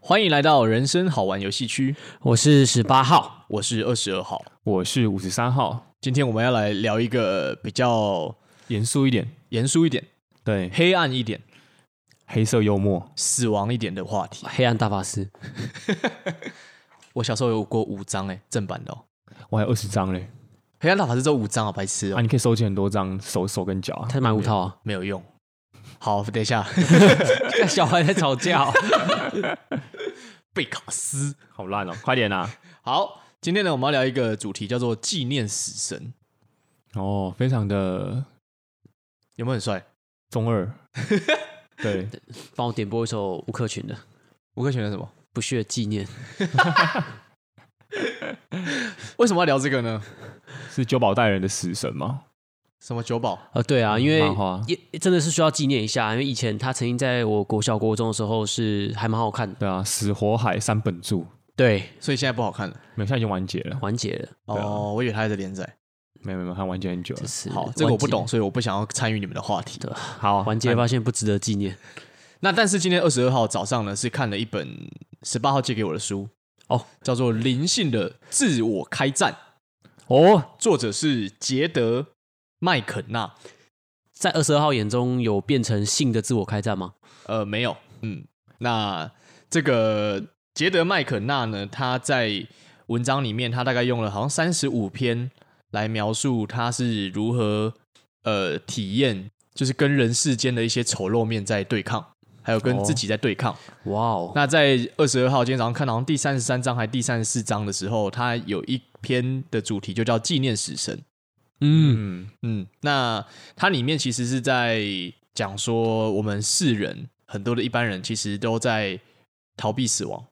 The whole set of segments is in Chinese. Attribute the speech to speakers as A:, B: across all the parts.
A: 欢迎来到人生好玩游戏区，
B: 我是十八号，
A: 我是二十二号。
C: 我是五十三号，
A: 今天我们要来聊一个比较
C: 严肃一点，
A: 严肃一点、
C: 对，
A: 黑暗一点、
C: 黑色幽默，
A: 死亡一点的话题。
B: 黑暗大法师。
A: 我小时候有过五张哎、正版的哦。
C: 我还有二十张嘞，
A: 黑暗大法师只有五张啊，白痴哦、
C: 啊，你可以收集很多张手手跟脚啊
B: 他，是买五 套啊，
A: 没有用。好，等一 下，
B: 跟小孩在吵架哦、
A: 贝卡斯。
C: 好烂哦，快点啊！
A: 好，今天呢，我们要聊一个主题叫做纪念死神，
C: 哦，非常的
A: 有没有很帅？
C: 中 二，对，
B: 帮我点播一首吴克群的《
A: 吴克群的什么？
B: 不屑纪念》，
A: 为什么要聊这个呢？
C: 是九保带人的死神吗？
A: 什么九宝？
B: 呃，对啊，因为
C: 漫画
B: 也真的是需要纪念一下，因为以前他曾经在我国小国中的时候是还蛮好看的，
C: 对啊，死火海三本柱，
B: 对，
A: 所以现在不好看了。
C: 没有，现在已经完结了，
B: 完结了，
C: 对啊
A: 哦，我以为他还在连载。
C: 没有没有，它完结很久了
B: 就。是
A: 好，这个我不懂，
B: 完
A: 所以我不想要参与你们的话题。
C: 好，
B: 结，完结发现不值得纪念
A: 那但是今天二十二号早上呢，是看了一本十八号借给我的书
B: 哦，
A: 叫做《灵性的自我开战》，
B: 哦，
A: 作者是杰德·麦肯纳。
B: 在二十二号眼中有变成性的自我开战吗？
A: 呃，没有，嗯，那这个杰德·麦肯纳呢，他在文章里面，他大概用了好像三十五篇来描述他是如何呃体验，就是跟人世间的一些丑陋面在对抗，还有跟自己在对抗。
B: 哇哦，
A: 那在二十二号今天早上看，好像第三十三章还第三十四章的时候，它有一篇的主题就叫纪念死神。
B: 嗯，
C: 嗯，
A: 嗯，那它里面其实是在讲说，我们世人很多的一般人其实都在逃避死亡，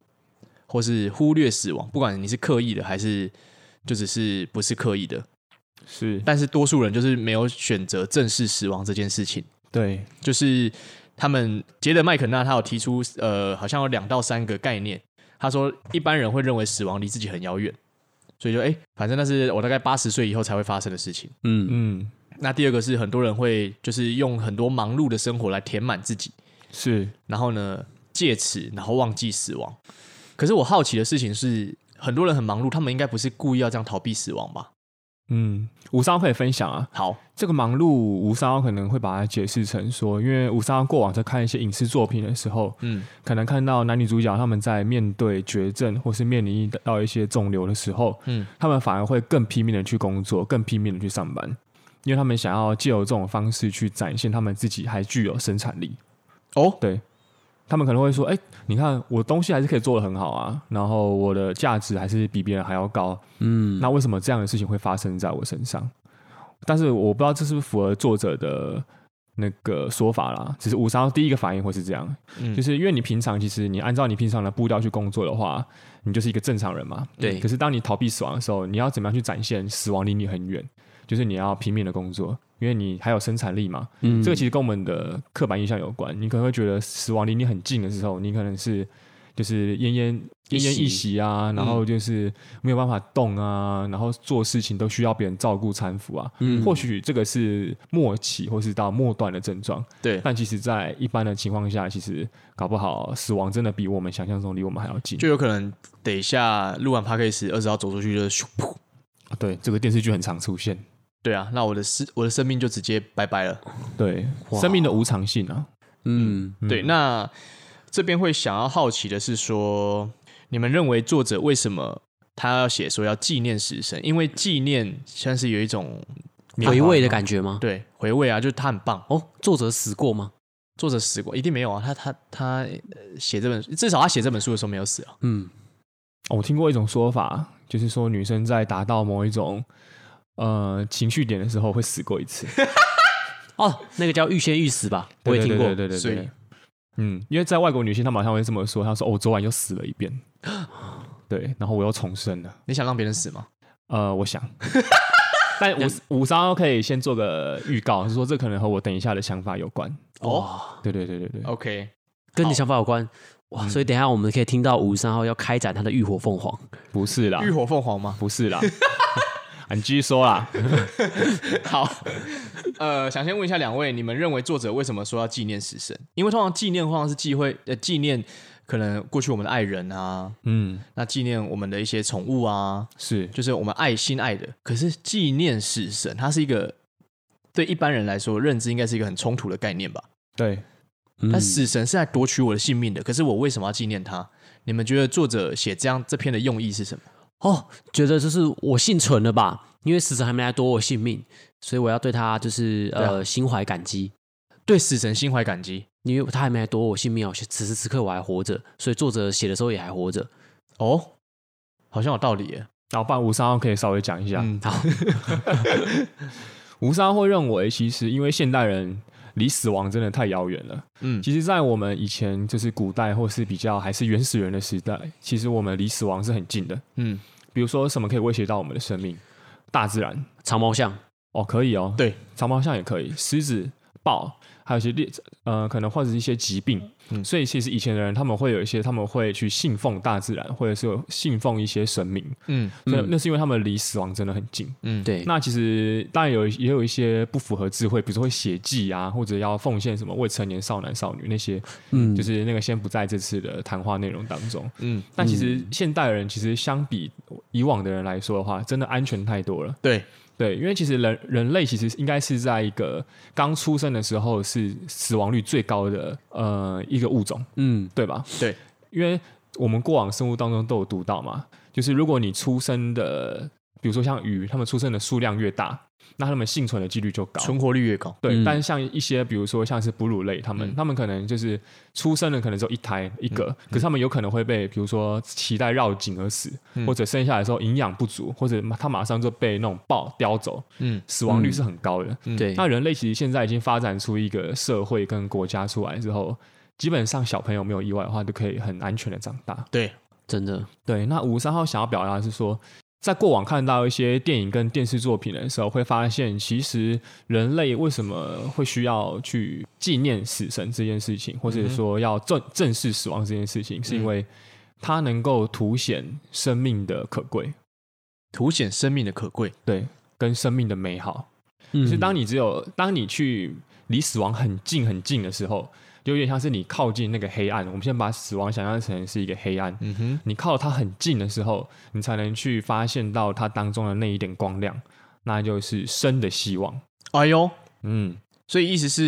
A: 或是忽略死亡，不管你是刻意的还是就只是不是刻意的，
C: 哎是
A: 但是多数人就是没有选择正视死亡这件事情。
C: 对，
A: 就是他们杰德麦肯纳他有提出呃，好像有两到三个概念。他说，一般人会认为死亡离自己很遥远，所以就哎、诶反正那是我大概八十岁以后才会发生的事情。
B: 嗯，
C: 嗯，
A: 那第二个是很多人会就是用很多忙碌的生活来填满自己，
C: 是
A: 然后呢借此然后忘记死亡。可是我好奇的事情是，很多人很忙碌，他们应该不是故意要这样逃避死亡吧？
C: 嗯，五三可以分享啊。
A: 好，
C: 这个忙碌，五三可能会把它解释成说，因为五三过往在看一些影视作品的时候，
A: 嗯
C: 可能看到男女主角他们在面对绝症或是面临到一些肿瘤的时候，
A: 嗯，
C: 他们反而会更拼命的去工作，更拼命的去上班，因为他们想要借由这种方式去展现他们自己还具有生产力。
A: 哦，
C: 对他们可能会说：“哎、你看我东西还是可以做得很好啊，然后我的价值还是比别人还要高，嗯，那为什么这样的事情会发生在我身上？”但是我不知道这是不是符合作者的那个说法啦，只是五三第一个反应会是这样，
A: 嗯
C: 就是因为你平常其实你按照你平常的步调去工作的话，你就是一个正常人嘛。
B: 对
C: 可是当你逃避死亡的时候，你要怎么样去展现死亡离你很远？就是你要拼命的工作，因为你还有生产力嘛。
B: 嗯
C: 这个其实跟我们的刻板印象有关。你可能会觉得死亡离你很近的时候，你可能是就是奄奄
B: 一
C: 奄
B: 息
C: 奄一息啊，然
B: 嗯
C: 后就是没有办法动啊，然后做事情都需要别人照顾搀扶啊。
B: 嗯
C: 或许这个是末期或是到末端的症状。
A: 对，
C: 但其实，在一般的情况下，其实搞不好死亡真的比我们想象中离我们还要近。
A: 就有可能等一下录完 p a c k a g e 二十号走出去就是咻噗
C: 对，这个电视剧很常出现。
A: 对啊，那我的生我的生命就直接拜拜了。
C: 对，
B: 哇
C: 生命的无常性啊，
B: 嗯
C: 嗯
A: 对，那这边会想要好奇的是说，你们认为作者为什么他要写说要纪念死神？因为纪念像是有一种
B: 回味的
C: 觉。
B: 感觉吗？
A: 嗯对回味啊，就是他很棒。
B: 哦，作者死过吗？
A: 作者死过一定没有啊，他他他呃写这本至少他写这本书的时候没有死啊。
B: 嗯，
C: 哦我听过一种说法，就是说女生在达到某一种呃情绪点的时候会死过一次。
B: 哦，那个叫欲仙欲死吧， 我也听过
C: 对对对对
A: 所
C: 对
A: 以
C: 对嗯，因为在外国女性，她们好像会这么说，她说：“哦，我昨晚又死了一遍，对，然后我又重生了。
A: 你想让别人死吗？”
C: 呃，我想， 但五五三可以先做个预告，是说这可能和我等一下的想法有关。
A: 哦
C: 对对对对对，
A: ，OK，
B: 跟
A: 好
B: 你想法有关。哇，所以等一下我们可以听到五十三号要开展他的浴火凤凰。
C: 不是啦
B: 啊
A: 浴，火凤凰吗？
C: 不是啦， 啊你继续说啦。
A: 好，呃，想先问一下两位，你们认为作者为什么说要纪念死神？因为通常纪念通常是忌讳呃纪念可能过去我们的爱人啊，
C: 嗯，
A: 那纪念我们的一些宠物啊，
C: 是
A: 就是我们爱心爱的。可是纪念死神，它是一个对一般人来说认知应该是一个很冲突的概念吧？
C: 对，嗯
A: 但死神是来夺取我的性命的，可是我为什么要纪念他？你们觉得作者写这样这篇的用意是什么？
B: 哦，觉得就是我幸存了吧，因为死神还没来夺我性命，所以我要对他就是
A: 对啊
B: 呃心怀感激，
A: 对死神心怀感激
B: 因为他还没来夺我性命哦，此时此刻我还活着，所以作者写的时候也还活着。
A: 哦，好像有道理耶。
C: 然后，不然吴三奥可以稍微讲一下。
A: 嗯，好，
C: 吴三奥会认为，其实因为现代人离死亡真的太遥远了。
A: 嗯
C: 其实，在我们以前就是古代或是比较还是原始人的时代，其实我们离死亡是很近的。
A: 嗯，
C: 比如说，什么可以威胁到我们的生命？大自然
B: 长毛象，
C: 哦，可以哦。
A: 对，
C: 长毛象也可以，狮子、豹，还有一些猎，呃，可能或者是一些疾病。
A: 嗯
C: 所以，其实以前的人他们会有一些，他们会去信奉大自然，或者是有信奉一些神明。
A: 嗯
C: 所以
B: 嗯
C: 那是因为他们离死亡真的很近。
A: 嗯，
B: 对，
C: 那其实当然有也有一些不符合智慧，比如说会血祭啊，或者要奉献什么未成年少男少女那些，
B: 嗯
C: 就是那个先不在这次的谈话内容当中。
A: 嗯，
C: 但其实现代人其实相比以往的人来说的话，真的安全太多了。
A: 对，
C: 对，因为其实人人类其实应该是在一个刚出生的时候是死亡率最高的呃一个物种，
B: 嗯
C: 对吧？
A: 对，
C: 因为我们过往生物当中都有读到嘛，就是如果你出生的，比如说像鱼，它们出生的数量越大，那它们幸存的几率就高。
A: 存活率越高。
C: 对，
B: 嗯
C: 但是像一些，比如说像是哺乳类，它们、
A: 嗯
C: 它们可能就是出生的可能只有一胎一个，可是它们有可能会被，比如说脐带绕颈而死，
A: 嗯
C: 或者生下来的时候营养不足，或者它马上就被那种豹叼走，
A: 嗯
C: 死亡率是很高的。
A: 嗯
B: 对，
C: 那人类其实现在已经发展出一个社会跟国家出来之后，基本上小朋友没有意外的话，就可以很安全的长大。
A: 对，
B: 真的，
C: 对，那五十三号想要表达的是说，在过往看到一些电影跟电视作品的时候，会发现其实人类为什么会需要去纪念死神这件事情，或者说要正正视死亡这件事情，是因为它能够凸显生命的可贵，
A: 凸显生命的可贵。
C: 对，跟生命的美好。
B: 嗯
C: 就是当你只有当你去离死亡很近很近的时候，就有点像是你靠近那个黑暗。我们先把死亡想象成是一个黑暗，
A: 嗯哼，
C: 你靠它很近的时候，你才能去发现到它当中的那一点光亮，那就是生的希望。
A: 哎呦，
C: 嗯，
A: 所以意思是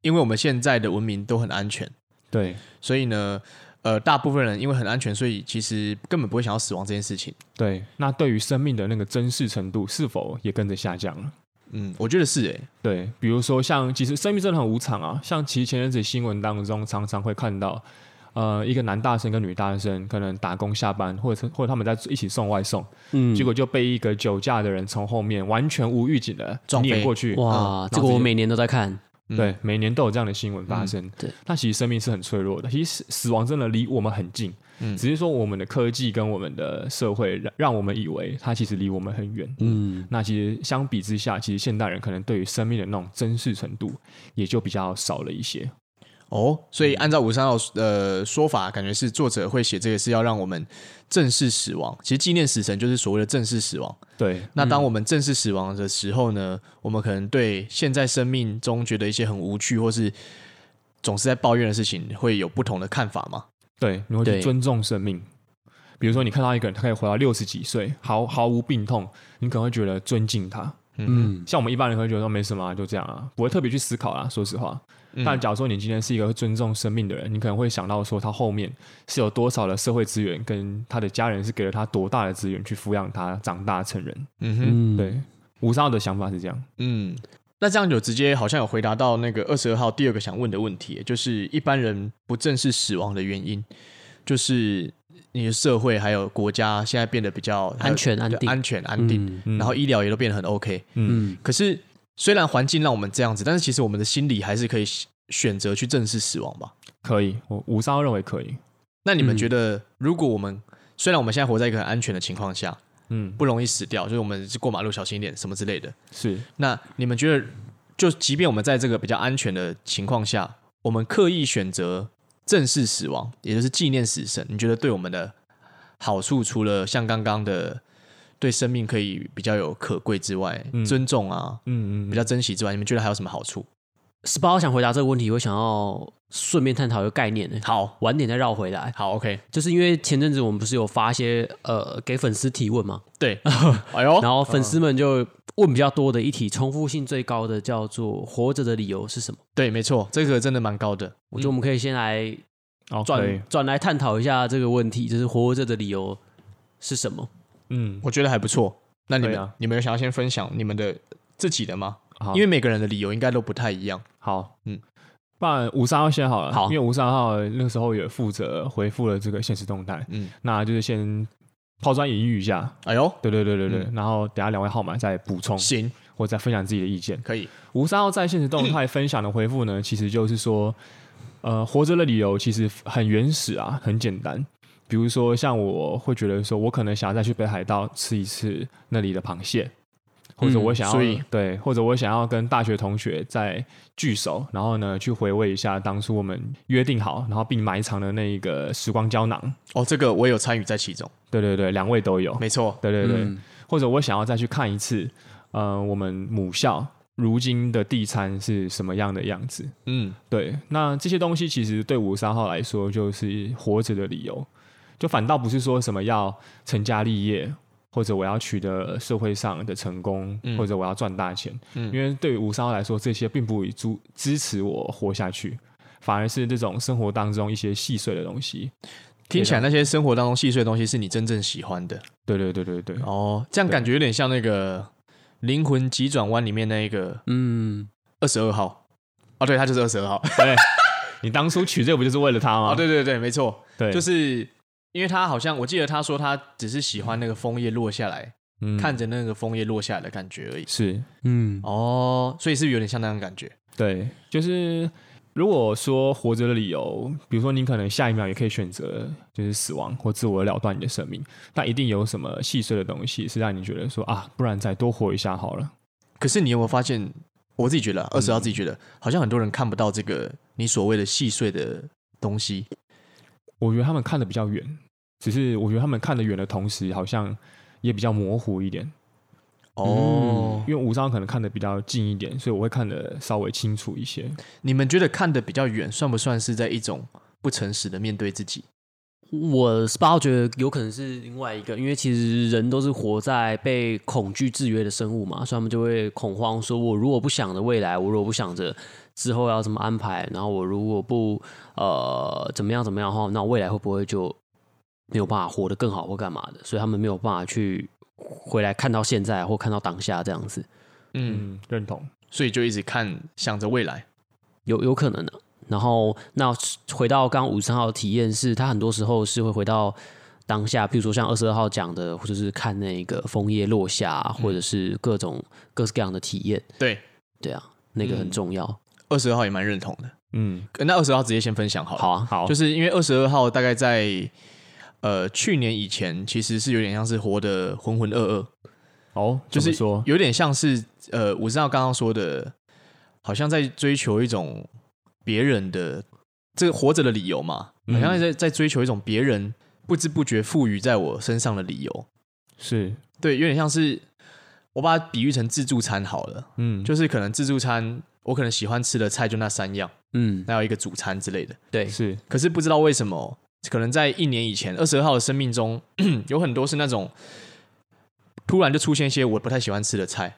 A: 因为我们现在的文明都很安全，
C: 对，
A: 所以呢，呃，大部分人因为很安全，所以其实根本不会想要死亡这件事情。
C: 对。那对于生命的那个珍视程度，是否也跟着下降了？
A: 嗯，我觉得是诶、
C: 对，比如说像，其实生命真的很无常啊。像其实前阵子新闻当中，常常会看到，呃，一个男大生跟女大生可能打工下班，或者是或者他们在一起送外送，
B: 嗯
C: 结果就被一个酒驾的人从后面完全无预警的
A: 撞飞
C: 碾过去。
B: 哇，
C: 嗯
B: 这个我
C: 然后直接
B: 每年都在看，
A: 嗯
C: 对，每年都有这样的新闻发生。
B: 对，
C: 那其实生命是很脆弱的，其实死死亡真的离我们很近，
A: 嗯
C: 只是说我们的科技跟我们的社会让让我们以为它其实离我们很远。
B: 嗯，
C: 那其实相比之下，其实现代人可能对于生命的那种珍视程度也就比较少了一些。
A: 哦，所以按照五三号呃说法，感觉是作者会写这个是要让我们正视死亡。其实纪念死神就是所谓的正视死亡。
C: 对，
A: 那当我们正视死亡的时候呢，我们可能对现在生命中觉得一些很无趣，或是总是在抱怨的事情，会有不同的看法吗？
C: 对，你会去
B: 对
C: 尊重生命。比如说，你看到一个人，他可以活到六十几岁，毫毫无病痛，你可能会觉得尊敬他。
B: 嗯
C: 像我们一般人会觉得说没什么、啊，就这样啊，不会特别去思考啦。说实话，
A: 嗯
C: 但假如说你今天是一个会尊重生命的人，你可能会想到说他后面是有多少的社会资源，跟他的家人是给了他多大的资源去抚养他长大成人。
A: 嗯哼，
B: 嗯，
C: 对，吴三奥的想法是这样。
A: 嗯，那这样有直接好像有回答到那个二十二号第二个想问的问题，就是一般人不正视死亡的原因，就是你的社会还有国家现在变得比较
B: 安全
A: 还有
B: 安定
A: 安全安定，
B: 嗯
A: 然后医疗也都变得很 OK。
B: 嗯
A: 可是虽然环境让我们这样子，但是其实我们的心理还是可以选择去正视死亡吧。
C: 可以，我吴三奥认为可以。
A: 那你们
B: 嗯
A: 觉得，如果我们、虽然我们现在活在一个很安全的情况下，
C: 嗯，
A: 不容易死掉，就是我们是过马路小心一点什么之类的，
C: 是
A: 那你们觉得，就即便我们在这个比较安全的情况下，我们刻意选择正视死亡，也就是纪念死神，你觉得对我们的好处，除了像刚刚的对生命可以比较有可贵之外，
C: 嗯
A: 尊重啊，
C: 嗯嗯，
A: 比较珍惜之外，你们觉得还有什么好处？
B: 十八号想回答这个问题，我想要顺便探讨一个概念呢，
A: 好，
B: 晚点再绕回来。
C: 哦
A: 好，OK，
B: 就是因为前阵子我们不是有发一些呃给粉丝提问嘛，
A: 对，哎
C: 哦
A: 呦，
B: 然后粉
C: 嗯
B: 丝们就问比较多的一题，重复性最高的叫做“活着的理由是什么
A: 对，没错，这个真的蛮高的。”。
B: 我觉得我们可以先来
C: 哦，嗯可以
B: 转转来探讨一下这个问题，就是活着的理由是什么？
C: 嗯，
A: 我觉得还不错。那你
C: 对
A: 们、
C: 啊
A: 你们有想要先分享你们的自己的吗？
C: 好
A: 因为每个人的理由应该都不太一样。
C: 好，
A: 嗯
C: 嗯，不然吴三号先好了，
B: 好
C: 因为吴三号那个时候也负责回复了这个现实动态，
A: 嗯，
C: 那就是先抛砖引玉一下，
A: 哎呦，
C: 对对对对对，然后等下两位号码再补充
A: 行，
C: 或再分享自己的意见。
A: 可以，
C: 吴三号在现实 动态分享的回复呢，其实就是说，呃，活着的理由其实很原始啊，很简单。比如说，像我会觉得说，我可能想要再去北海道吃一次那里的螃蟹，或者
B: 嗯
C: 我想要、
A: 所以
C: 对，或者我想要跟大学同学再聚首，然后呢去回味一下当初我们约定好，然后并埋藏的那一个时光胶囊。
A: 哦，这个我有参与在其中，
C: 对对对，两位都有，
A: 没错，
C: 对对对，
B: 嗯
C: 或者我想要再去看一次，呃，我们母校如今的地餐是什么样的样子？
A: 嗯，
C: 对，那这些东西其实对五十三号来说就是活着的理由，就反倒不是说什么要成家立业，或者我要取得社会上的成功，
A: 嗯
C: 或者我要赚大钱，
A: 嗯
C: 因为对于五十三号来说，这些并不以支支持我活下去。反而是这种生活当中一些细碎的东西，
A: 听起来那些生活当中细碎的东西是你真正喜欢的
C: 对对对对对，
A: 哦，这样感觉有点像那个《灵魂急转弯》里面那一个
B: 嗯，
A: 二十二号，哦，对，他就是二十二号，
C: 对，你当初取这个不就是为了他吗？
A: 哦，对对对，没错，
C: 啊对，
A: 就是因为他好像我记得他说他只是喜欢那个枫叶落下来，
C: 嗯
A: 看着那个枫叶落下来的感觉而已。
C: 是
B: 嗯，
A: 哦，所以是不是有点像那种感觉。
C: 对，就是如果说活着的理由，比如说你可能下一秒也可以选择就是死亡或自我了断你的生命，但一定有什么细碎的东西是让你觉得说啊，不然再多活一下好了。
A: 可是你有没有发现，我自己觉得啊，二十号自己觉得，
C: 嗯
A: 好像很多人看不到这个你所谓的细碎的东西。
C: 我觉得他们看的比较远，只是我觉得他们看得远的同时，好像也比较模糊一点。嗯
A: 哦，
C: 因为无伤可能看得比较近一点，所以我会看得稍微清楚一些。
A: 你们觉得看得比较远，算不算是在一种不诚实的面对自己？
B: 我十八号觉得有可能是另外一个，因为其实人都是活在被恐惧制约的生物嘛，所以他们就会恐慌，说我如果不想着未来，我如果不想着之后要怎么安排，然后我如果不呃怎么样怎么样的话，那我未来会不会就没有办法活得更好或干嘛的？所以他们没有办法去回来看到现在或看到当下这样子，
A: 嗯，
C: 嗯，认同。
A: 所以就一直看想着未来。
B: 有有可能的、然后那回到刚刚五十三号的体验是，他很多时候是会回到当下，比如说像二十二号讲的，或者是看那个枫叶落下，啊或者是各种各式各样的体验。
A: 嗯对，嗯
B: 对啊，那个很重要。
A: 二十号也蛮认同的。
C: 嗯，
A: 呃那二十号直接先分享好了。
B: 好啊，
C: 好，
A: 就是是因为二十二号大概在呃去年以前，其实是有点像是活得浑浑噩噩，
C: 哦，
A: 就
C: 怎
A: 是
C: 么说，
A: 有点像是呃，我知道刚刚说的，好像在追求一种别人的这个活着的理由嘛，
C: 嗯
A: 好像在在追求一种别人不知不觉赋予在我身上的理由。
C: 是，
A: 对，有点像是我把它比喻成自助餐好了，
C: 嗯，
A: 就是可能自助餐我可能喜欢吃的菜就那三样，
B: 嗯，
A: 还有一个主餐之类的。
B: 对，
C: 是，
A: 可是不知道为什么，可能在一年以前，二十二号的生命中 有很多是那种突然就出现一些我不太喜欢吃的菜，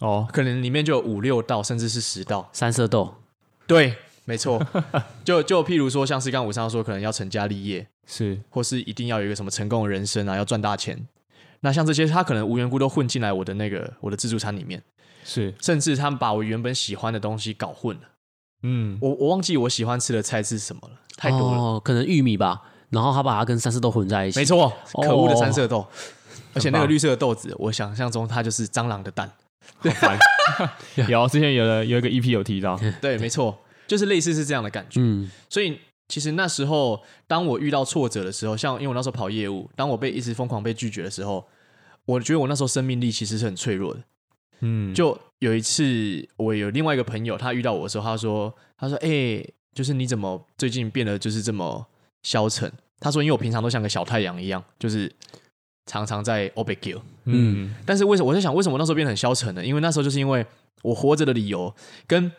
C: 哦，
A: 可能里面就有五六道，甚至是十道。
B: 三色豆，
A: 对，没错，就就譬如说，像是刚刚武上说，可能要成家立业，
C: 是，
A: 或是一定要有一个什么成功的人生啊，要赚大钱。那像这些，他可能无缘无故都混进来我的那个我的自助餐里面，
C: 是，
A: 甚至他们把我原本喜欢的东西搞混了。
C: 嗯，
A: 我我忘记我喜欢吃的菜是什么了，太多了。
B: 哦，可能玉米吧，然后他把它跟三色豆混在一起。
A: 没，错，
B: 哦
A: 可恶的三色豆，而且那个
C: 棒
A: 绿色的豆子，我想象中它就是蟑螂的蛋。
C: 好烦。 有之前有的有一个 EP 有提到，
A: 对，没错，就是类似是这样的感觉。
B: 嗯
A: 所以其实那时候，当我遇到挫折的时候，像因为我那时候跑业务，当我被一直疯狂被拒绝的时候，我觉得我那时候生命力其实是很脆弱的。
C: 嗯，
A: 就有一次，我有另外一个朋友，他遇到我的时候，他说：“他说，哎、就是你怎么最近变得就是这么消沉？”他说：“因为我平常都像个小太阳一样，就是常常在 o b e g i l
C: 嗯，
A: 但是为什么我在想，为什么我那时候变得很消沉呢？因为那时候就是因为我活着的理由跟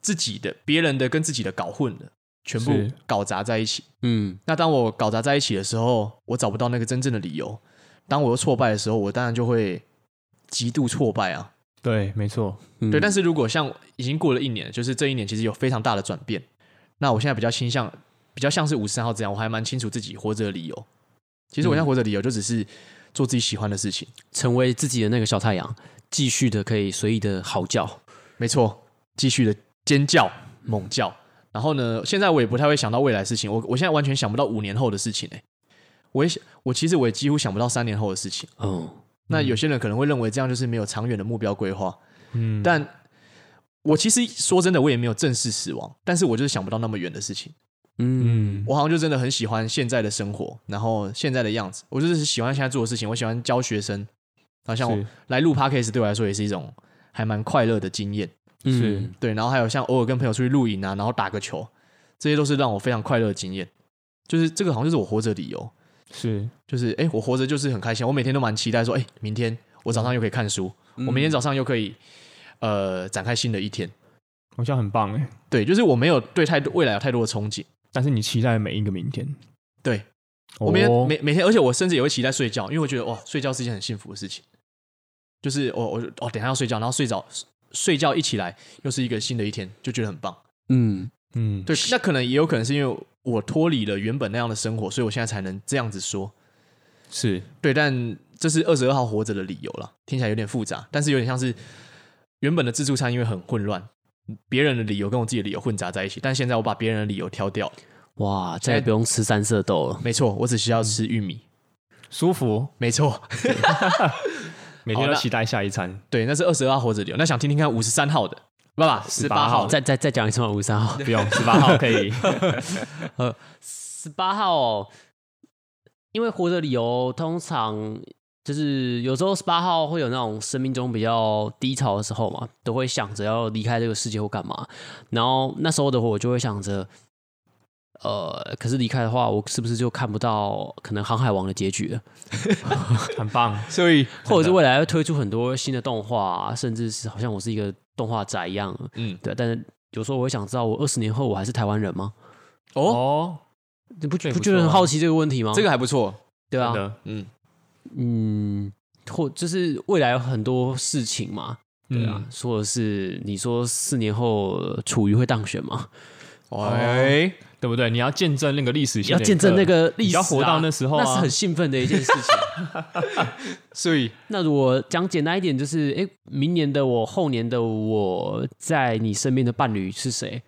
A: 自己的、别人的跟自己的搞混了，全部
C: 是
A: 搞砸在一起。
B: 嗯，
A: 那当我搞砸在一起的时候，我找不到那个真正的理由。当我又挫败的时候，我当然就会极度挫败啊。
C: 对，没错，
B: 嗯
A: 对，但是如果像已经过了一年，就是这一年其实有非常大的转变。那我现在比较倾向，比较像是五十三号这样，我还蛮清楚自己活着的理由。其实我现在活着的理由就只是做自己喜欢的事情，
B: 成为自己的那个小太阳，继续的可以随意的嚎叫。
A: 没错，继续的尖叫、
B: 嗯
A: 猛叫。然后呢，现在我也不太会想到未来的事情，我我现在完全想不到五年后的事情哎、我也想，我其实我也几乎想不到三年后的事情。
B: 嗯，
A: 那有些人可能会认为这样就是没有长远的目标规划，
C: 嗯，
A: 但我其实说真的，我也没有正式死亡，但是我就是想不到那么远的事情。
B: 嗯
C: 嗯，
A: 我好像就真的很喜欢现在的生活，然后现在的样子，我就是喜欢现在做的事情。我喜欢教学生，好像我
C: 是
A: 来录 podcast 对我来说也是一种还蛮快乐的经验。
C: 是
B: 嗯，
A: 对，然后还有像偶尔跟朋友出去露营啊，然后打个球，这些都是让我非常快乐的经验。就是这个好像就是我活着的理由，
C: 是
A: 就是哎、诶我活着就是很开心。我每天都蛮期待说，哎、明天我早上又可以看书，
C: 嗯
A: 我明天早上又可以呃展开新的一天。
C: 我觉得很棒哎。
A: 对，就是我没有对太多未来有太多的憧憬。
C: 但是你期待每一个明天，
A: 对
C: 哦，
A: 我每天每每天，而且我甚至也会期待睡觉，因为我觉得哇，睡觉是一件很幸福的事情。就是我我哦，等一下要睡觉，然后睡着睡觉一起来，又是一个新的一天，就觉得很棒。
B: 嗯，
C: 嗯，
A: 对，那可能也有可能是因为我脱离了原本那样的生活，所以我现在才能这样子说。
C: 是
A: 对，但这是二十二号活着的理由了，听起来有点复杂，但是有点像是原本的自助餐，因为很混乱，别人的理由跟我自己的理由混杂在一起，但现在我把别人的理由挑掉了。
B: 哇，再也不用吃三色豆了。
A: 没错，我只需要吃玉米。
C: 舒服，
A: 没错，
C: 每
A: 好
C: 天都
A: 那
C: 期待下一餐。
A: 对，那是二十二号活着理由。那想听听看五十三号的，不不，十八号
C: 好18
A: 的，
B: 再再再讲一次吗？五三号，
C: 不用，十八号可以。
B: 十八号哦，因为活着理由通常就是有时候十八号会有那种生命中比较低潮的时候嘛，都会想着要离开这个世界或干嘛。然后那时候的我就会想着，呃，可是离开的话，我是不是就看不到可能《航海王》的结局了？
C: 很棒，
A: 所以
B: 或者是未来会推出很多新的动画啊、甚至是好像我是一个动画宅一样。
A: 嗯，
B: 对，但是有时候我会想知道，我二十年后我还是台湾人吗？
A: 哦，
C: 哦，
B: 你不
C: 这也
B: 不
C: 不
B: 觉得
C: 错
B: 很
C: 啊
B: 好奇这个问题吗？
A: 这个还不错，
B: 对啊
C: 真，的
A: 嗯，
B: 嗯，或就是未来有很多事情嘛，对啊，
C: 嗯
B: 说的是你说四年后楚瑜会当选吗？
A: 哎，
C: 对不对？你要见证那个历史性
B: 要
C: 的一刻，
B: 见证那个历
C: 你
B: 史、
C: 要活到那时候啊
B: 那是很兴奋的一件事情。
A: 所以
B: 那如果讲简单一点，就是哎，诶明年的我，后年的我，在你身边的伴侣是谁？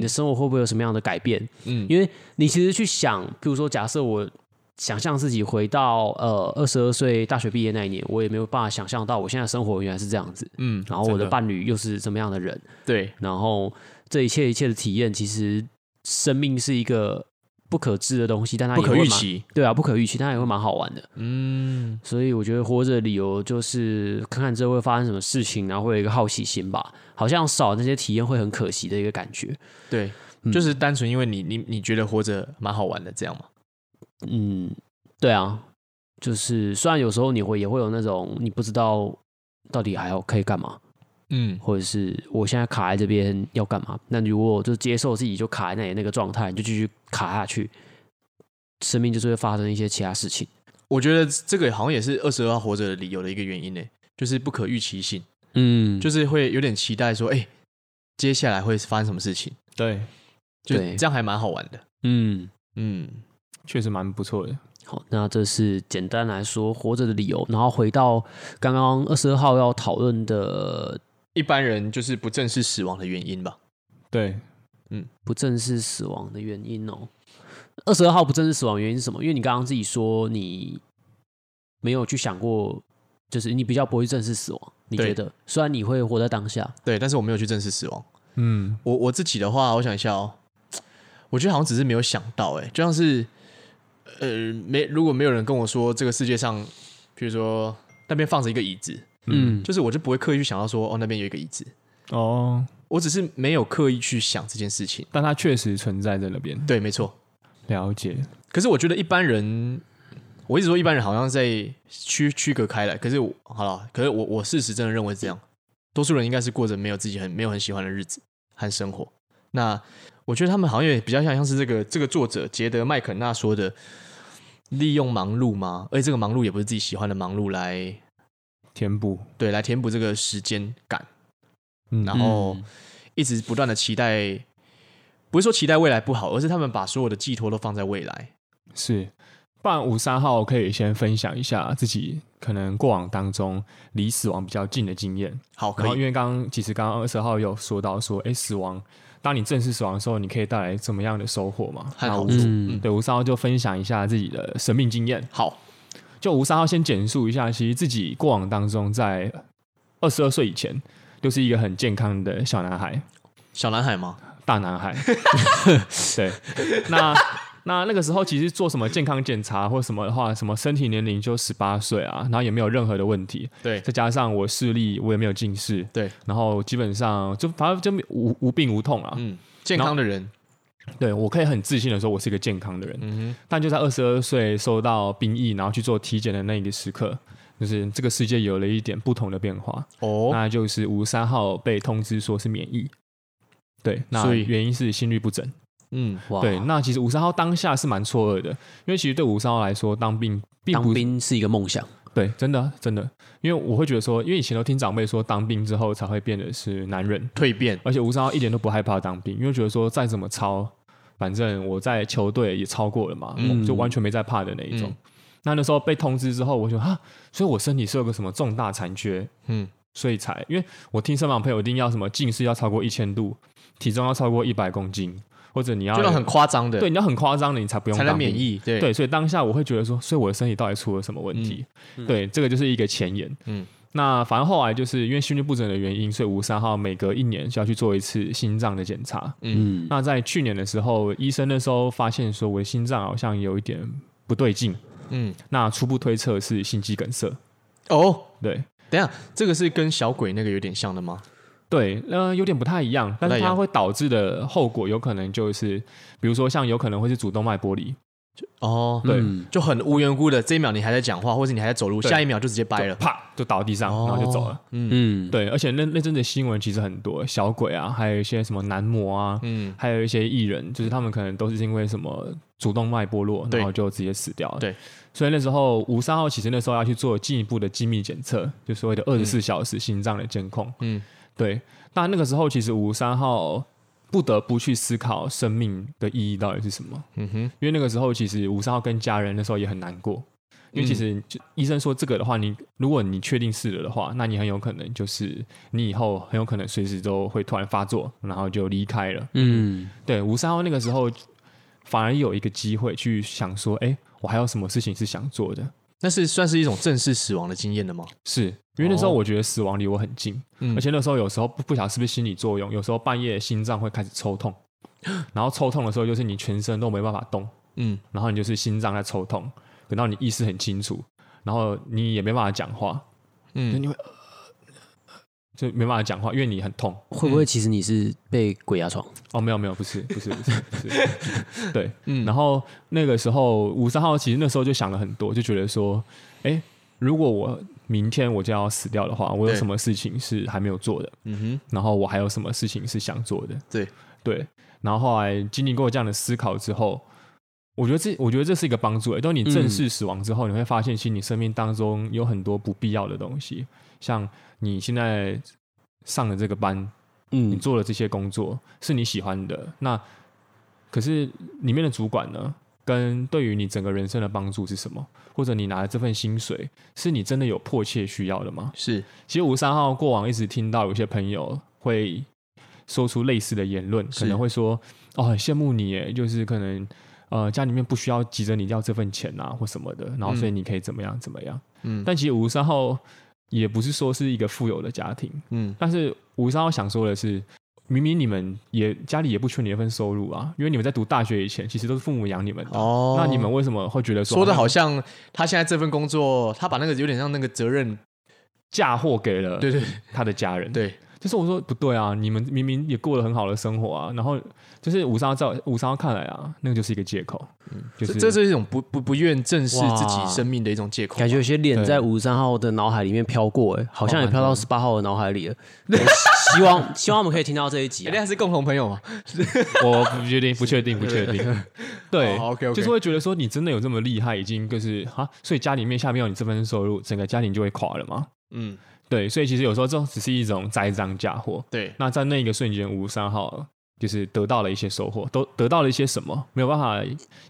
A: 嗯
B: 的生活会不会有什么样的改变？
A: 嗯
B: 因为你其实去想，比如说，假设我想象自己回到呃二十二岁大学毕业那一年，我也没有办法想象到我现在生活原来是这样子，
A: 嗯，
B: 然后我
C: 真
B: 的
C: 的
B: 伴侣又是怎么样的人，
A: 对，
B: 然后这一切一切的体验，其实生命是一个不可知的东西，但它
A: 不
B: 也
A: 可
B: 会
A: 预
B: 蛮，
A: 期，
B: 对啊，不可预期，但它也会蛮好玩的。
A: 嗯，
B: 所以我觉得活着的理由就是看看之后会发生什么事情，然后会有一个好奇心吧，好像少那些体验会很可惜的一个感觉。
A: 对，
B: 嗯
A: 就是单纯因为你你你觉得活着蛮好玩的这样嘛，
B: 嗯，对啊，就是虽然有时候你会也会有那种你不知道到底还要可以干嘛，
A: 嗯，
B: 或者是我现在卡在这边要干嘛？那如果就接受自己就卡在那里那个状态，你就继续卡下去，生命就是会发生一些其他事情。
A: 我觉得这个好像也是二十二号活着的理由的一个原因呢，就是不可预期性，
B: 嗯，
A: 就是会有点期待说，哎，接下来会发生什么事情，
C: 对，
A: 就
B: 对
A: 这样还蛮好玩的，
B: 嗯，
A: 嗯。
C: 确实蛮不错的。
B: 好，那这是简单来说活着的理由。然后回到刚刚二十二号要讨论的
A: 一般人就是不正视死亡的原因吧。
C: 对，
B: 不正视死亡的原因哦。二十二号不正视死亡的原因是什么？因为你刚刚自己说你没有去想过，就是你比较不会正视死亡。你
A: 对
B: 觉得虽然你会活在当下，
A: 对，但是我没有去正视死亡。
C: 嗯，
A: 我我自己的话，我想一下哦，我觉得好像只是没有想到、欸，就像是呃，没如果没有人跟我说这个世界上，比如说那边放着一个椅子，
B: 嗯，
A: 就是我就不会刻意去想到说，哦，那边有一个椅子，
C: 哦，
A: 我只是没有刻意去想这件事情。
C: 但它确实存在在那边。
A: 对，没错。
C: 了解，
A: 可是我觉得一般人，我一直说一般人好像在区区隔开来。可是我好了，可是我我事实真的认为是这样，多数人应该是过着没有自己很没有很喜欢的日子，和生活。那我觉得他们好像也比较像像是这个这个作者杰德麦肯纳说的，利用忙碌吗？而且这个忙碌也不是自己喜欢的忙碌来
C: 填补，
A: 对来填补这个时间感，
C: 嗯
A: 然后
B: 嗯
A: 一直不断的期待，不是说期待未来不好，而是他们把所有的寄托都放在未来。
C: 是，不然五三号可以先分享一下自己可能过往当中离死亡比较近的经验。
A: 好，
C: 然
A: 可
C: 后因
A: 以，
C: 为刚刚其实刚刚二十号有说到说，哎，死亡，当你正式死亡的时候，你可以带来怎么样的收获嘛？
A: 和
C: 那
A: 好
C: 五
A: 处，
B: 嗯
A: 嗯，
C: 对吴三号就分享一下自己的生命经验。
A: 好，
C: 就吴三号先简述一下，其实自己过往当中在二十二岁以前，就是一个很健康的小男孩。
A: 小男孩吗？
C: 大 男孩。对，那那那个时候其实做什么健康检查或什么的话，什么身体年龄就十八岁啊，然后也没有任何的问题。
A: 对
C: 再加上我视力我也没有近视，
A: 对，
C: 然后基本上就反正就无无病无痛啊。
A: 嗯，健康的人，
C: 对我可以很自信的说，我是一个健康的人。
A: 嗯
C: 但就在二十二岁收到兵役，然后去做体检的那个时刻。就是这个世界有了一点不同的变化，
A: 哼，哦，
C: 那就是吴三号被通知说是免疫，对，那
A: 所以
C: 原因是心律不整。
A: 嗯，
B: 哇，
C: 对，那其实五三号当下是蛮错愕的，因为其实对五三号来说，当兵并
B: 当
C: 不
B: 兵是一个梦想，
C: 对，真的啊真的，因为我会觉得说，因为以前都听长辈说，当兵之后才会变得是男人，
A: 蜕变，
C: 而且吴三号一点都不害怕当兵，因为觉得说再怎么超，反正我在球队也超过了嘛，
A: 嗯
C: 我就完全没在怕的那一种。
A: 嗯
C: 那那时候被通知之后，我就啊，所以我身体是有个什么重大残缺，
A: 嗯，
C: 所以才因为我听身旁朋友一定要什么近视要超过一千度，体重要超过一百公斤，或者你要
A: 就那种很夸张的，
C: 对，你要很夸张的，你才不用
A: 才能
C: 当兵
A: 免。疫，对
C: 对，所以当下我会觉得说，所以我的身体到底出了什么问题？对，这个就是一个前言。
A: 嗯
C: 嗯，那反正后来就是因为心律不整的原因，所以吴三号每隔一年就要去做一次心脏的检查。
B: 嗯，
C: 那在去年的时候，医生那时候发现说我的心脏好像有一点不对劲，
A: 嗯，
C: 那初步推测是心肌梗塞。
A: 哦，
C: 对
A: 等一下，这个是跟小鬼那个有点像的吗？
C: 对，呃，有点不太一样，但
A: 不太
C: 是
A: 一样
C: 它会导致的后果有可能就是，比如说像有可能会是主动脉剥离，
A: 哦，
C: 对
B: 嗯
A: 就很无缘无故的，这一秒你还在讲话，或者你还在走路，
C: 对
A: 下一秒就直接掰
C: 就
A: 了，
C: 啪就倒地上，然后就走了。
A: 嗯
B: 嗯，
C: 对，而且那那阵的新闻其实很多，小鬼啊，还有一些什么男模啊，
A: 嗯，
C: 还有一些艺人，就是他们可能都是因为什么主动脉剥落，
A: 对
C: 然后就直接死掉了。
A: 对，
C: 所以那时候吴三号其实那时候要去做进一步的精密检测，就所谓的二十四小时心脏的监控。
A: 嗯，
C: 对。那那个时候其实吴三号不得不去思考生命的意义到底是什么，
A: 嗯哼，
C: 因为那个时候其实吴三号跟家人那时候也很难过。
A: 嗯
C: 因为其实就医生说这个的话，你如果你确定是了的话，那你很有可能就是你以后很有可能随时都会突然发作，然后就离开了。
B: 嗯，
C: 对，吴三号那个时候反而有一个机会去想说，哎，我还有什么事情是想做的？
A: 那是算是一种正式死亡的经验的吗？
C: 是因为那时候
A: 哦
C: 我觉得死亡离我很近，
A: 嗯
C: 而且那时候有时候不不晓得是不是心理作用，有时候半夜心脏会开始 抽痛，然后抽痛的时候就是你全身都没办法动，
A: 嗯，
C: 然后你就是心脏在抽痛，等到你意识很清楚，然后你也没办法讲话，
A: 嗯
C: 就你会、呃就没办法讲话，因为你很痛。
B: 会不会其实你是被鬼压床？
C: 哦，没有没有，不是不是不是不是， 对，
A: 嗯
C: 然后那个时候五三号其实那时候就想了很多，就觉得说，哎，如果我明天我就要死掉的话，我有
A: 对
C: 什么事情是还没有做的？
A: 嗯
C: 然后我还有什么事情是想做的？
A: 对
C: 对，然后后来经历过这样的思考之后，我觉得这我觉得这是一个帮助、欸。当你正式死亡之后，你会发现，其实你生命当中有很多不必要的东西，像你现在上的这个班，你
B: 嗯，
C: 做了这些工作是你喜欢的，那可是里面的主管呢？跟对于你整个人生的帮助是什么？或者你拿的这份薪水，是你真的有迫切需要的吗
A: 哼，？是，
C: 其实吴三号过往一直听到有些朋友会说出类似的言论，
A: 是
C: 可能会说：“哦，很羡慕你耶，就是可能呃家里面不需要急着你要这份钱啊或什么的，然后所以你可以怎么样怎么样。
A: 嗯
C: 但其实吴三号也不是说是一个富有的家庭，
A: 嗯
C: 但是吴三号想说的是。明明你们也家里也不缺你那份收入啊，因为你们在读大学以前，其实都是父母养你们的。
A: 哦
C: 那你们为什么会觉得说
A: 说的好
C: 像
A: 像他现在这份工作，他把那个有点像那个责任，
C: 嫁祸给了
A: 对对
C: 他的家人？
A: 对，
C: 就是我说不对啊，你们明明也过得很好的生活啊，然后就是五三在五三看来啊，那个就是一个借口，嗯，就
A: 这
C: 是
A: 这是一种不不不愿正视自己
B: 哇
A: 生命的一种借口吧，
B: 感觉有些脸
C: 对
B: 在五十三号的脑海里面飘过、哎，好像也飘到十八号的脑海里了。我希望 希望我们可以听到这一集、
A: 人
B: 啊。
A: 家是共同朋友嘛，
C: 我不 确定，不确定，不确定。对
A: 哦，OK，OK
C: 就是会觉得说你真的有这么厉害，已经就是哈，所以家里面下面有你这份收入，整个家庭就会垮了嘛。
A: 嗯，
C: 对，所以其实有时候这只是一种栽赃嫁祸。
A: 对，
C: 那在那个瞬间，五三号就是得到了一些收获，都得到了一些什么，没有办法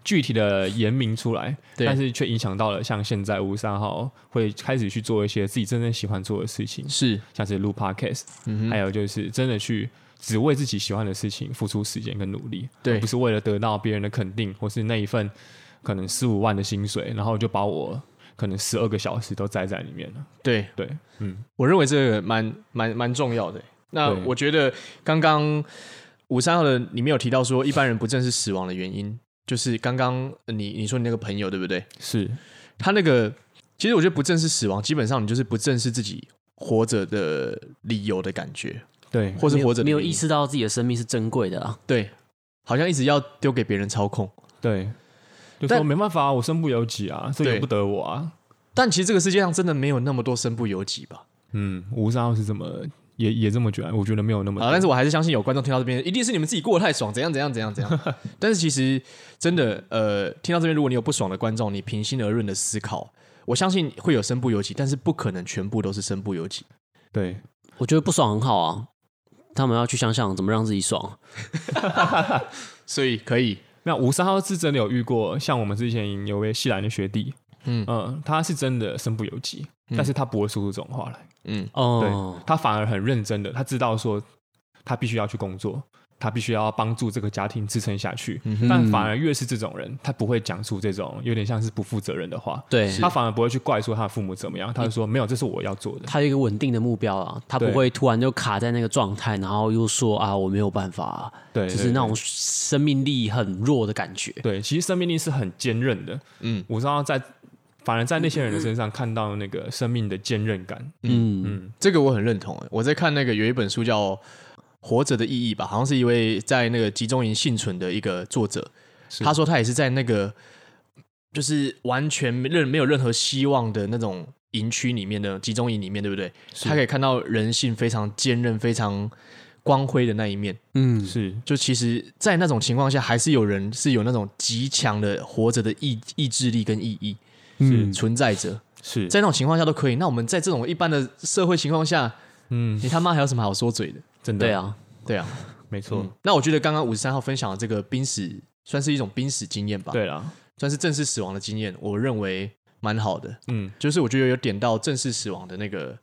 C: 具体的言明出来，
A: 对
C: 但是却影响到了像现在五三号会开始去做一些自己真正喜欢做的事情，
A: 是，
C: 像是录 podcast，、
A: 嗯
C: 还
A: 哼，
C: 有就是真的去只为自己喜欢的事情付出时间跟努力，
A: 对
C: 而不是为了得到别人的肯定，或是那一份可能十五万的薪水，然后就把我可能十二个小时都栽在里面了。
A: 对，
C: 对，嗯，
A: 我认为这个蛮蛮蛮重要的欸。那
C: 对
A: 我觉得刚刚五三号的里面有提到说，一般人不正视死亡的原因，就是刚刚呃你你说你那个朋友对不对？
C: 是
A: 他那个其实我觉得不正视死亡，基本上你就是不正视自己活着的理由的感觉，
C: 对，
A: 或是
B: 没有
A: 活着的
B: 没有
A: 原因
B: 意，识到自己的生命是珍贵的啊！
A: 对，好像一直要丢给别人操控。
C: 对，就
A: 但
C: 说没办法、啊，我身不由己啊，这
A: 对
C: 由不得我啊。
A: 但其实这个世界上真的没有那么多身不由己吧？
C: 嗯，吴三号是这么也也这么觉得，我觉得没有那么
A: 啊，但是我还是相信有观众听到这边，一定是你们自己过得太爽，怎样怎样怎样怎 样。但是其实真的，呃，听到这边，如果你有不爽的观众，你平心而论的思考，我相信会有身不由己，但是不可能全部都是身不由己。
C: 对，
B: 我觉得不爽很好啊，他们要去想想怎么让自己爽。
A: 所以可以，
C: 那吴三号是真的有遇过，像我们之前有位西兰的学弟，
A: 嗯
C: 嗯他是真的身不由己，但是他不会说出这种话来，
A: 嗯，
B: 哦
C: 对，他反而很认真的，他知道说他必须要去工作，他必须要帮助这个家庭支撑下去，但反而越是这种人，他不会讲出这种有点像是不负责任的话，
B: 对，
C: 他反而不会去怪说他的父母怎么样，他就说没有，这是我要做的，
B: 他有一个稳定的目标啊，他不
C: 对
B: 会突然就卡在那个状态，然后又说啊我没有办法、啊，
C: 对，
B: 就
C: 对
B: 是那
C: 对
B: 种生命力很弱的感觉。
C: 对，其实生命力是很坚韧的。
A: 嗯
C: 嗯，我知道在，反而在那些人的身上看到那个生命的坚韧感。
B: 嗯，
A: 这个我很认同欸。我在看那个有一本书叫《活着的意义》吧，好像是一位在那个集中营幸存的一个作者，
C: 是
A: 他说他也是在那个就是完全没任没有任何希望的那种营区里面的集中营里面，对不对？
C: 是
A: 他可以看到人性非常坚韧、非常光辉的那一面。
B: 嗯，
C: 是，
A: 就其实，在那种情况下，还是有人是有那种极强的活着的意意志力跟意义，
B: 嗯
A: 存在着。
C: 是，
A: 在那种情况下都可以。那我们在这种一般的社会情况下，
C: 嗯，
A: 你他妈还有什么好说嘴的？
C: 真的，
B: 对，啊，
A: 对啊，
C: 没错，
A: 嗯那我觉得刚刚五十三号分享的这个濒死，算是一种濒死经验吧，
C: 对啦，
A: 算是正式死亡的经验，我认为蛮好的。
C: 嗯，
A: 就是我觉得有点到正式死亡的那个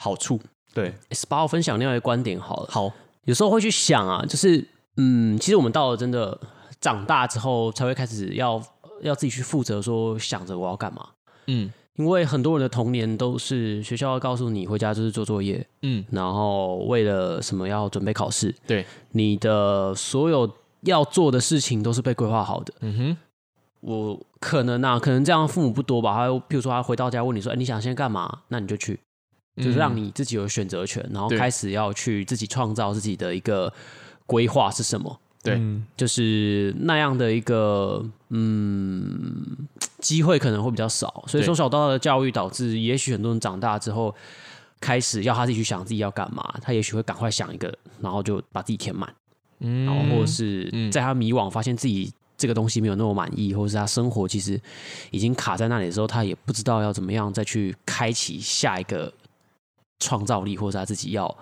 A: 好处。
C: 对，
B: s p a 我分享另外一个观点好了。
A: 好，
B: 有时候会去想啊，就是嗯，其实我们到了真的长大之后，才会开始要要自己去负责，说想着我要干嘛。
A: 嗯
B: 因为很多人的童年都是学校要告诉你回家就是做作业，
A: 嗯，
B: 然后为了什么要准备考试，
A: 对，
B: 你的所有要做的事情都是被规划好的。
A: 嗯哼，
B: 我可能啊，可能这样父母不多吧，他会譬如说他回到家问你说，哎，你想先干嘛？那你就去，就是让你自己有选择权，然后
A: 嗯对
B: 开始要去自己创造自己的一个规划是什么。
A: 对
C: 嗯
B: 就是那样的一个嗯机会可能会比较少，所以
A: 对
B: 从小到大的教育导致，也许很多人长大之后开始要他自己去想自己要干嘛，他也许会赶快想一个，然后就把自己填满，
A: 嗯，
B: 然后或者是
A: 嗯
B: 在他迷惘发现自己。这个东西没有那么满意，或者是他生活其实已经卡在那里的时候，他也不知道要怎么样再去开启下一个创造力，或者是他自己要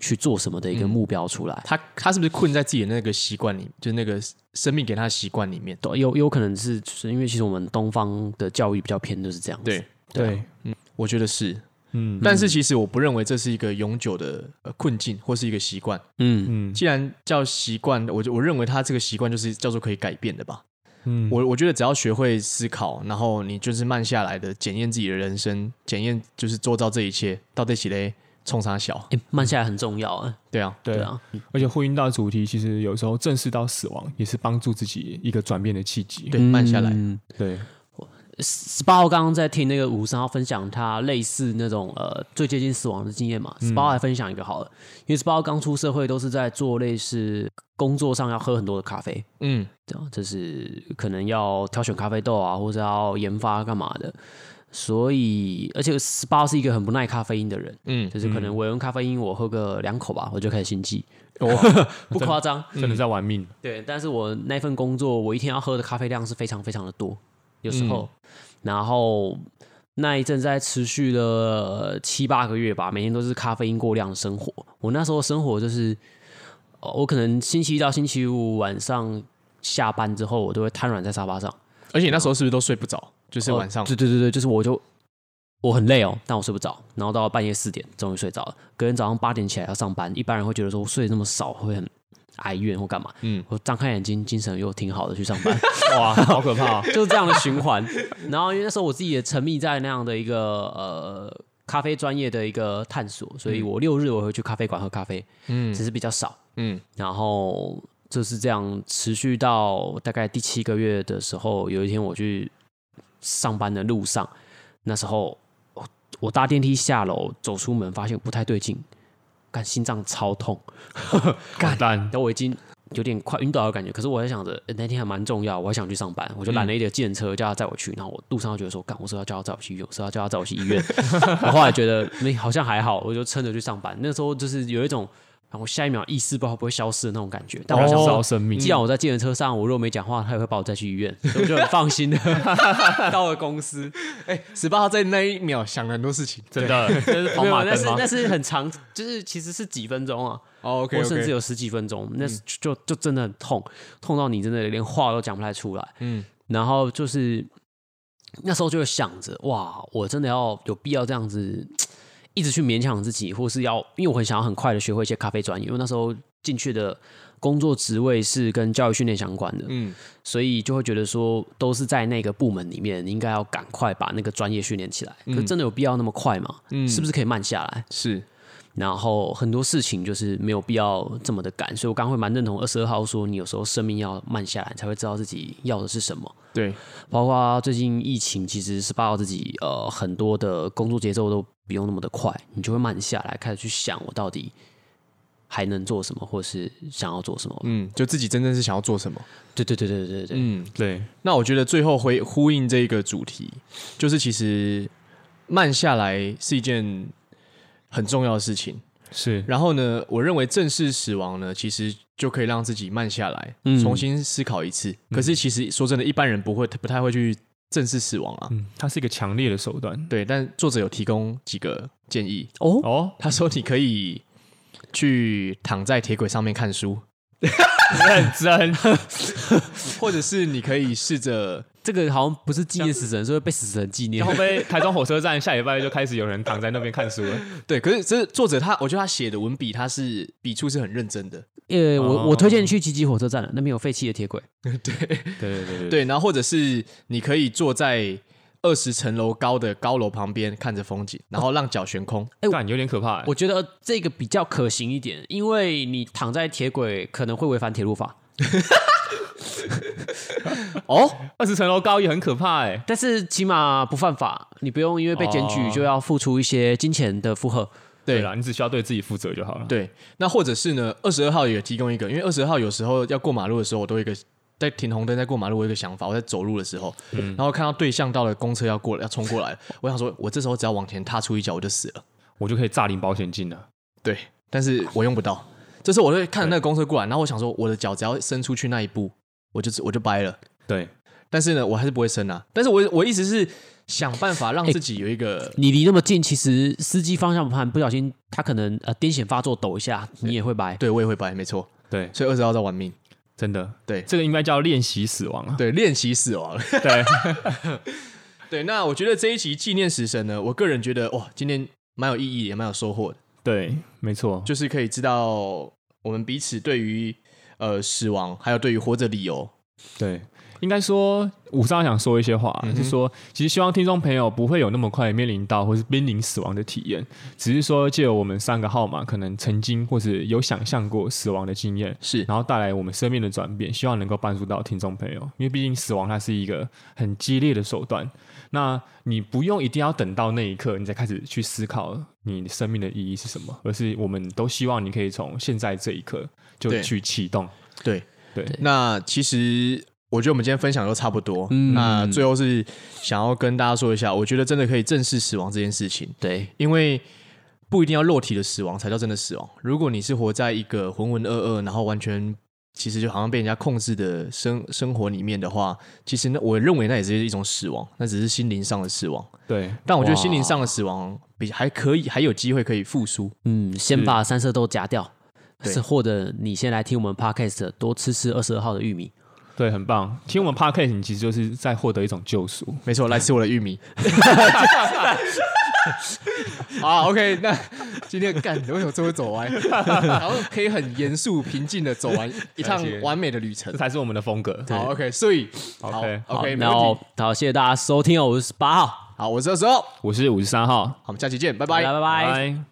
B: 去做什么的一
A: 嗯
B: 个目标出来。
A: 他他是不是困在自己的那个习惯里，就是那个生命给他的习惯里面？
B: 对，有有可能是，就是因为其实我们东方的教育比较偏就是这样子。
A: 对，
B: 对
C: 对，
A: 我觉得是，
C: 嗯
A: 但是其实我不认为这是一个永久的呃困境或是一个习惯。
B: 嗯，
C: 嗯
A: 既然叫习惯，我就我认为他这个习惯就是叫做可以改变的吧。
C: 嗯，
A: 我我觉得只要学会思考，然后你就是慢下来的检验自己的人生，检验就是做到这一切，到底起嘞冲啥小？
C: 嗯
B: 哎、慢下来很重要啊。
A: 对啊，
C: 对
B: 对
C: 啊，
B: 啊，
C: 而且呼应到主题，其实有时候
A: 嗯
C: 正视到死亡也是帮助自己一个转变的契机。
A: 对，慢下来，
B: 嗯
C: 对，
B: 十八号刚刚在听那个五十三号分享他类似那种呃最接近死亡的经验嘛，十八号来分享一个好了，因为十八号刚出社会都是在做类似工作上要喝很多的咖啡，
A: 嗯，
B: 对啊，就是可能要挑选咖啡豆啊，或者要研发干嘛的，所以而且十八是一个很不耐咖啡因的人，
A: 嗯
B: 嗯，哦就是可能我用咖啡因我喝个两口吧，我就开始心悸，
C: 哇，
B: 不夸张，
C: 真的在玩命。
B: 对，但是我那份工作，我一天要喝的咖啡量是非常非常的多，有时候，然后那一阵在持续了七八个月吧，每天都是咖啡因过量的生活。我那时候生活就是，呃我可能星期一到星期五晚上下班之后，我都会瘫软在沙发上。
A: 而且
C: 嗯
A: 你那时候是不是都睡不着？就是晚上
B: 哦，对对对对，就是我就我很累哦，但我睡不着，然后到半夜四点终于睡着了，隔天早上八点起来要上班，一般人会觉得说我睡得那么少会很哀怨或干嘛，
A: 嗯
B: 嗯，我张开眼睛精神又挺好的去上班，
C: 哇，好可 怕、
B: 就是这样的循环。然后因为那时候我自己也沉迷在那样的一个呃咖啡专业的一个探索，所以我六日我会去咖啡馆喝咖啡，嗯，只是比较少，
A: 嗯，
B: 然后就是这样持续到大概第七个月的时候，有一天我去上班的路上，那时候我我搭电梯下楼，走出门发现不太对劲，干心脏超痛，
C: 干蛋，
B: 然后我已经有点快晕倒的感觉，可是我还想着、诶那天还蛮重要，我还想去上班，我就拦了一辆计程车叫他载我去，然后我路上就觉得说，干，我是不是要叫他载我去医院，我是不是要叫他载我去医院，我后来觉得没好像还好，我就撑着去上班，那时候就是有一种。然后我下一秒意识不知道会不会消失的那种感觉，但我想
C: 烧
B: 说
C: 生命
B: 既然我在计程车上，我如果没讲话，他也会把我载去医院，所以我就很放心的 到了公司。
A: 十八号在那一秒想了很多事情。
C: 真的，这是跑
B: 没有，
C: 马
B: 但
C: 灯
B: 是
C: 吗
B: 那？是很长，就是其实是几分钟啊，
A: 哦
B: 或甚至
A: ，OK，OK，
B: 有十几分钟，那是就就真的很痛，痛到你真的连话都讲不太出来。
A: 嗯
B: 然后就是那时候就会想着，哇，我真的要有必要这样子一直去勉强自己，或是要，因为我很想要很快的学会一些咖啡专业，因为那时候进去的工作职位是跟教育训练相关的，
A: 嗯
B: 所以就会觉得说，都是在那个部门里面，你应该要赶快把那个专业训练起来。可是真的有必要那么快吗？
A: 嗯，
B: 是不
A: 是？
B: 是可以慢下来？
A: 是，
B: 然后很多事情就是没有必要这么的赶，所以我刚刚会蛮认同二十二号说，你有时候生命要慢下来，才会知道自己要的是什么。
A: 对，
B: 包括最近疫情，其实是八号自己呃很多的工作节奏都不用那么的快，你就会慢下来，开始去想我到底还能做什么，或是想要做什么。
A: 嗯，就自己真正是想要做什么。
B: 对对对对对对，
A: 嗯，
C: 对，
A: 那我觉得最后回呼应这个主题，就是其实慢下来是一件很重要的事情。
C: 是
A: 然后呢，我认为正式死亡呢，其实就可以让自己慢下来，
B: 嗯
A: 重新思考一次。可是其实说真的，一般人不会不太会去正式死亡啊。
C: 嗯，它是一个强烈的手段。
A: 对，但作者有提供几个建议，
B: 哦，
C: 哦，
A: 他说你可以去躺在铁轨上面看书，
C: 认真，
A: 或者是你可以试着
B: 这个好像不是纪念死神，是会被死神纪念
C: 然。后被台中火车站下礼拜就开始有人躺在那边看书了。
A: 对。可是这作者他，我觉得他写的文笔，他是笔触是很认真的。
B: 呃，
C: 哦
B: 我我推荐你去吉吉火车站了，那边有废弃的铁轨。
C: 对对对对，
A: 对，然后或者是你可以坐在二十层楼高的高楼旁边看着风景，然后让脚悬空。
C: 但有点可
A: 哦
C: 怕欸。
B: 我觉得这个比较可行一点，因为你躺在铁轨可能会违反铁路法。
A: 哦，
C: 二十层楼高也很可怕哎。
B: 但是起码不犯法，你不用因为被检举
C: 哦
B: 就要付出一些金钱的负荷。
A: 对
C: 啦，你只需要对自己负责就好了。
A: 对，那或者是呢，二十二号也有提供一个，因为二十二号有时候要过马路的时候，我都有一个在停红灯，在过马路，我有一个想法，我在走路的时候，然后看到对向道的公车要过来，要冲过来， 我想说，我这时候只要往前踏出一脚，我就死了。
C: 我就可以炸领保险金了。
A: 对，但是我用不到。这时候我就看着那个公车过来，然后我想说，我的脚只要伸出去那一步，我就我就掰了。
C: 对，
A: 但是呢，我还是不会伸啊。但是我我意思是想办法让自己有一个、
B: 你离那么近，其实司机方向盘不小心，他可能呃癫痫发作抖一下，你也会白。
A: 对我也会掰，没错。
C: 对，
A: 所以二十号在玩命，
C: 真的，
A: 对
C: 这个应该叫练习死亡啊。
A: 对，练习死亡。
C: 对，
A: 对，那我觉得这一集纪念食神呢，我个人觉得哇，今天蛮有意义，也蛮有收获的，
C: 对，没错，
A: 就是可以知道我们彼此对于呃死亡，还有对于活着理由。
C: 对，应该说，五三想说一些话，啊是说其实希望听众朋友不会有那么快面临到或是濒临死亡的体验，只是说借由我们三个号码，可能曾经或是有想象过死亡的经验，
A: 是
C: 然后带来我们生命的转变，希望能够帮助到听众朋友，因为毕竟死亡它是一个很激烈的手段，那你不用一定要等到那一刻你才开始去思考你生命的意义是什么，而是我们都希望你可以从现在这一刻就
A: 对
C: 去启动。
A: 对
C: 对
A: 那其实我觉得我们今天分享都差不多。那最后是想要跟大家说一下，我觉得真的可以正视死亡这件事情，
B: 对，
A: 因为不一定要肉体的死亡才叫真的死亡。如果你是活在一个浑浑噩噩，然后完全其实就好像被人家控制的生生活里面的话，其实那我认为那也是一种死亡，那只是心灵上的死亡。
C: 对，
A: 但我觉得心灵上的死亡比还可以，还有机会可以复苏。
B: 嗯，先把三色豆夹掉，
A: 对
B: 是或者你先来听我们 podcast，的多吃吃二十二号的玉米。
C: 对，很棒。听我们 podcast，你其实就是在获得一种救赎。
A: 没错，来吃我的玉米。好，OK，那今天干，为什么这会走歪？ 然后可以很严肃、平静的走完一趟
C: 感谢
A: 完美的旅程
C: 这。才是我们的风格。
A: 好，OK，所以好
C: OK，
B: 好
A: ，OK，没
B: 然
A: 问
B: 后
A: 题。
B: 好，谢谢大家收听哦，我是十八号，
A: 好，我是二十二，好，
C: 我是五十三号，
A: 我们下期见，拜
B: 拜
A: 拜。
B: 拜拜。
C: 拜。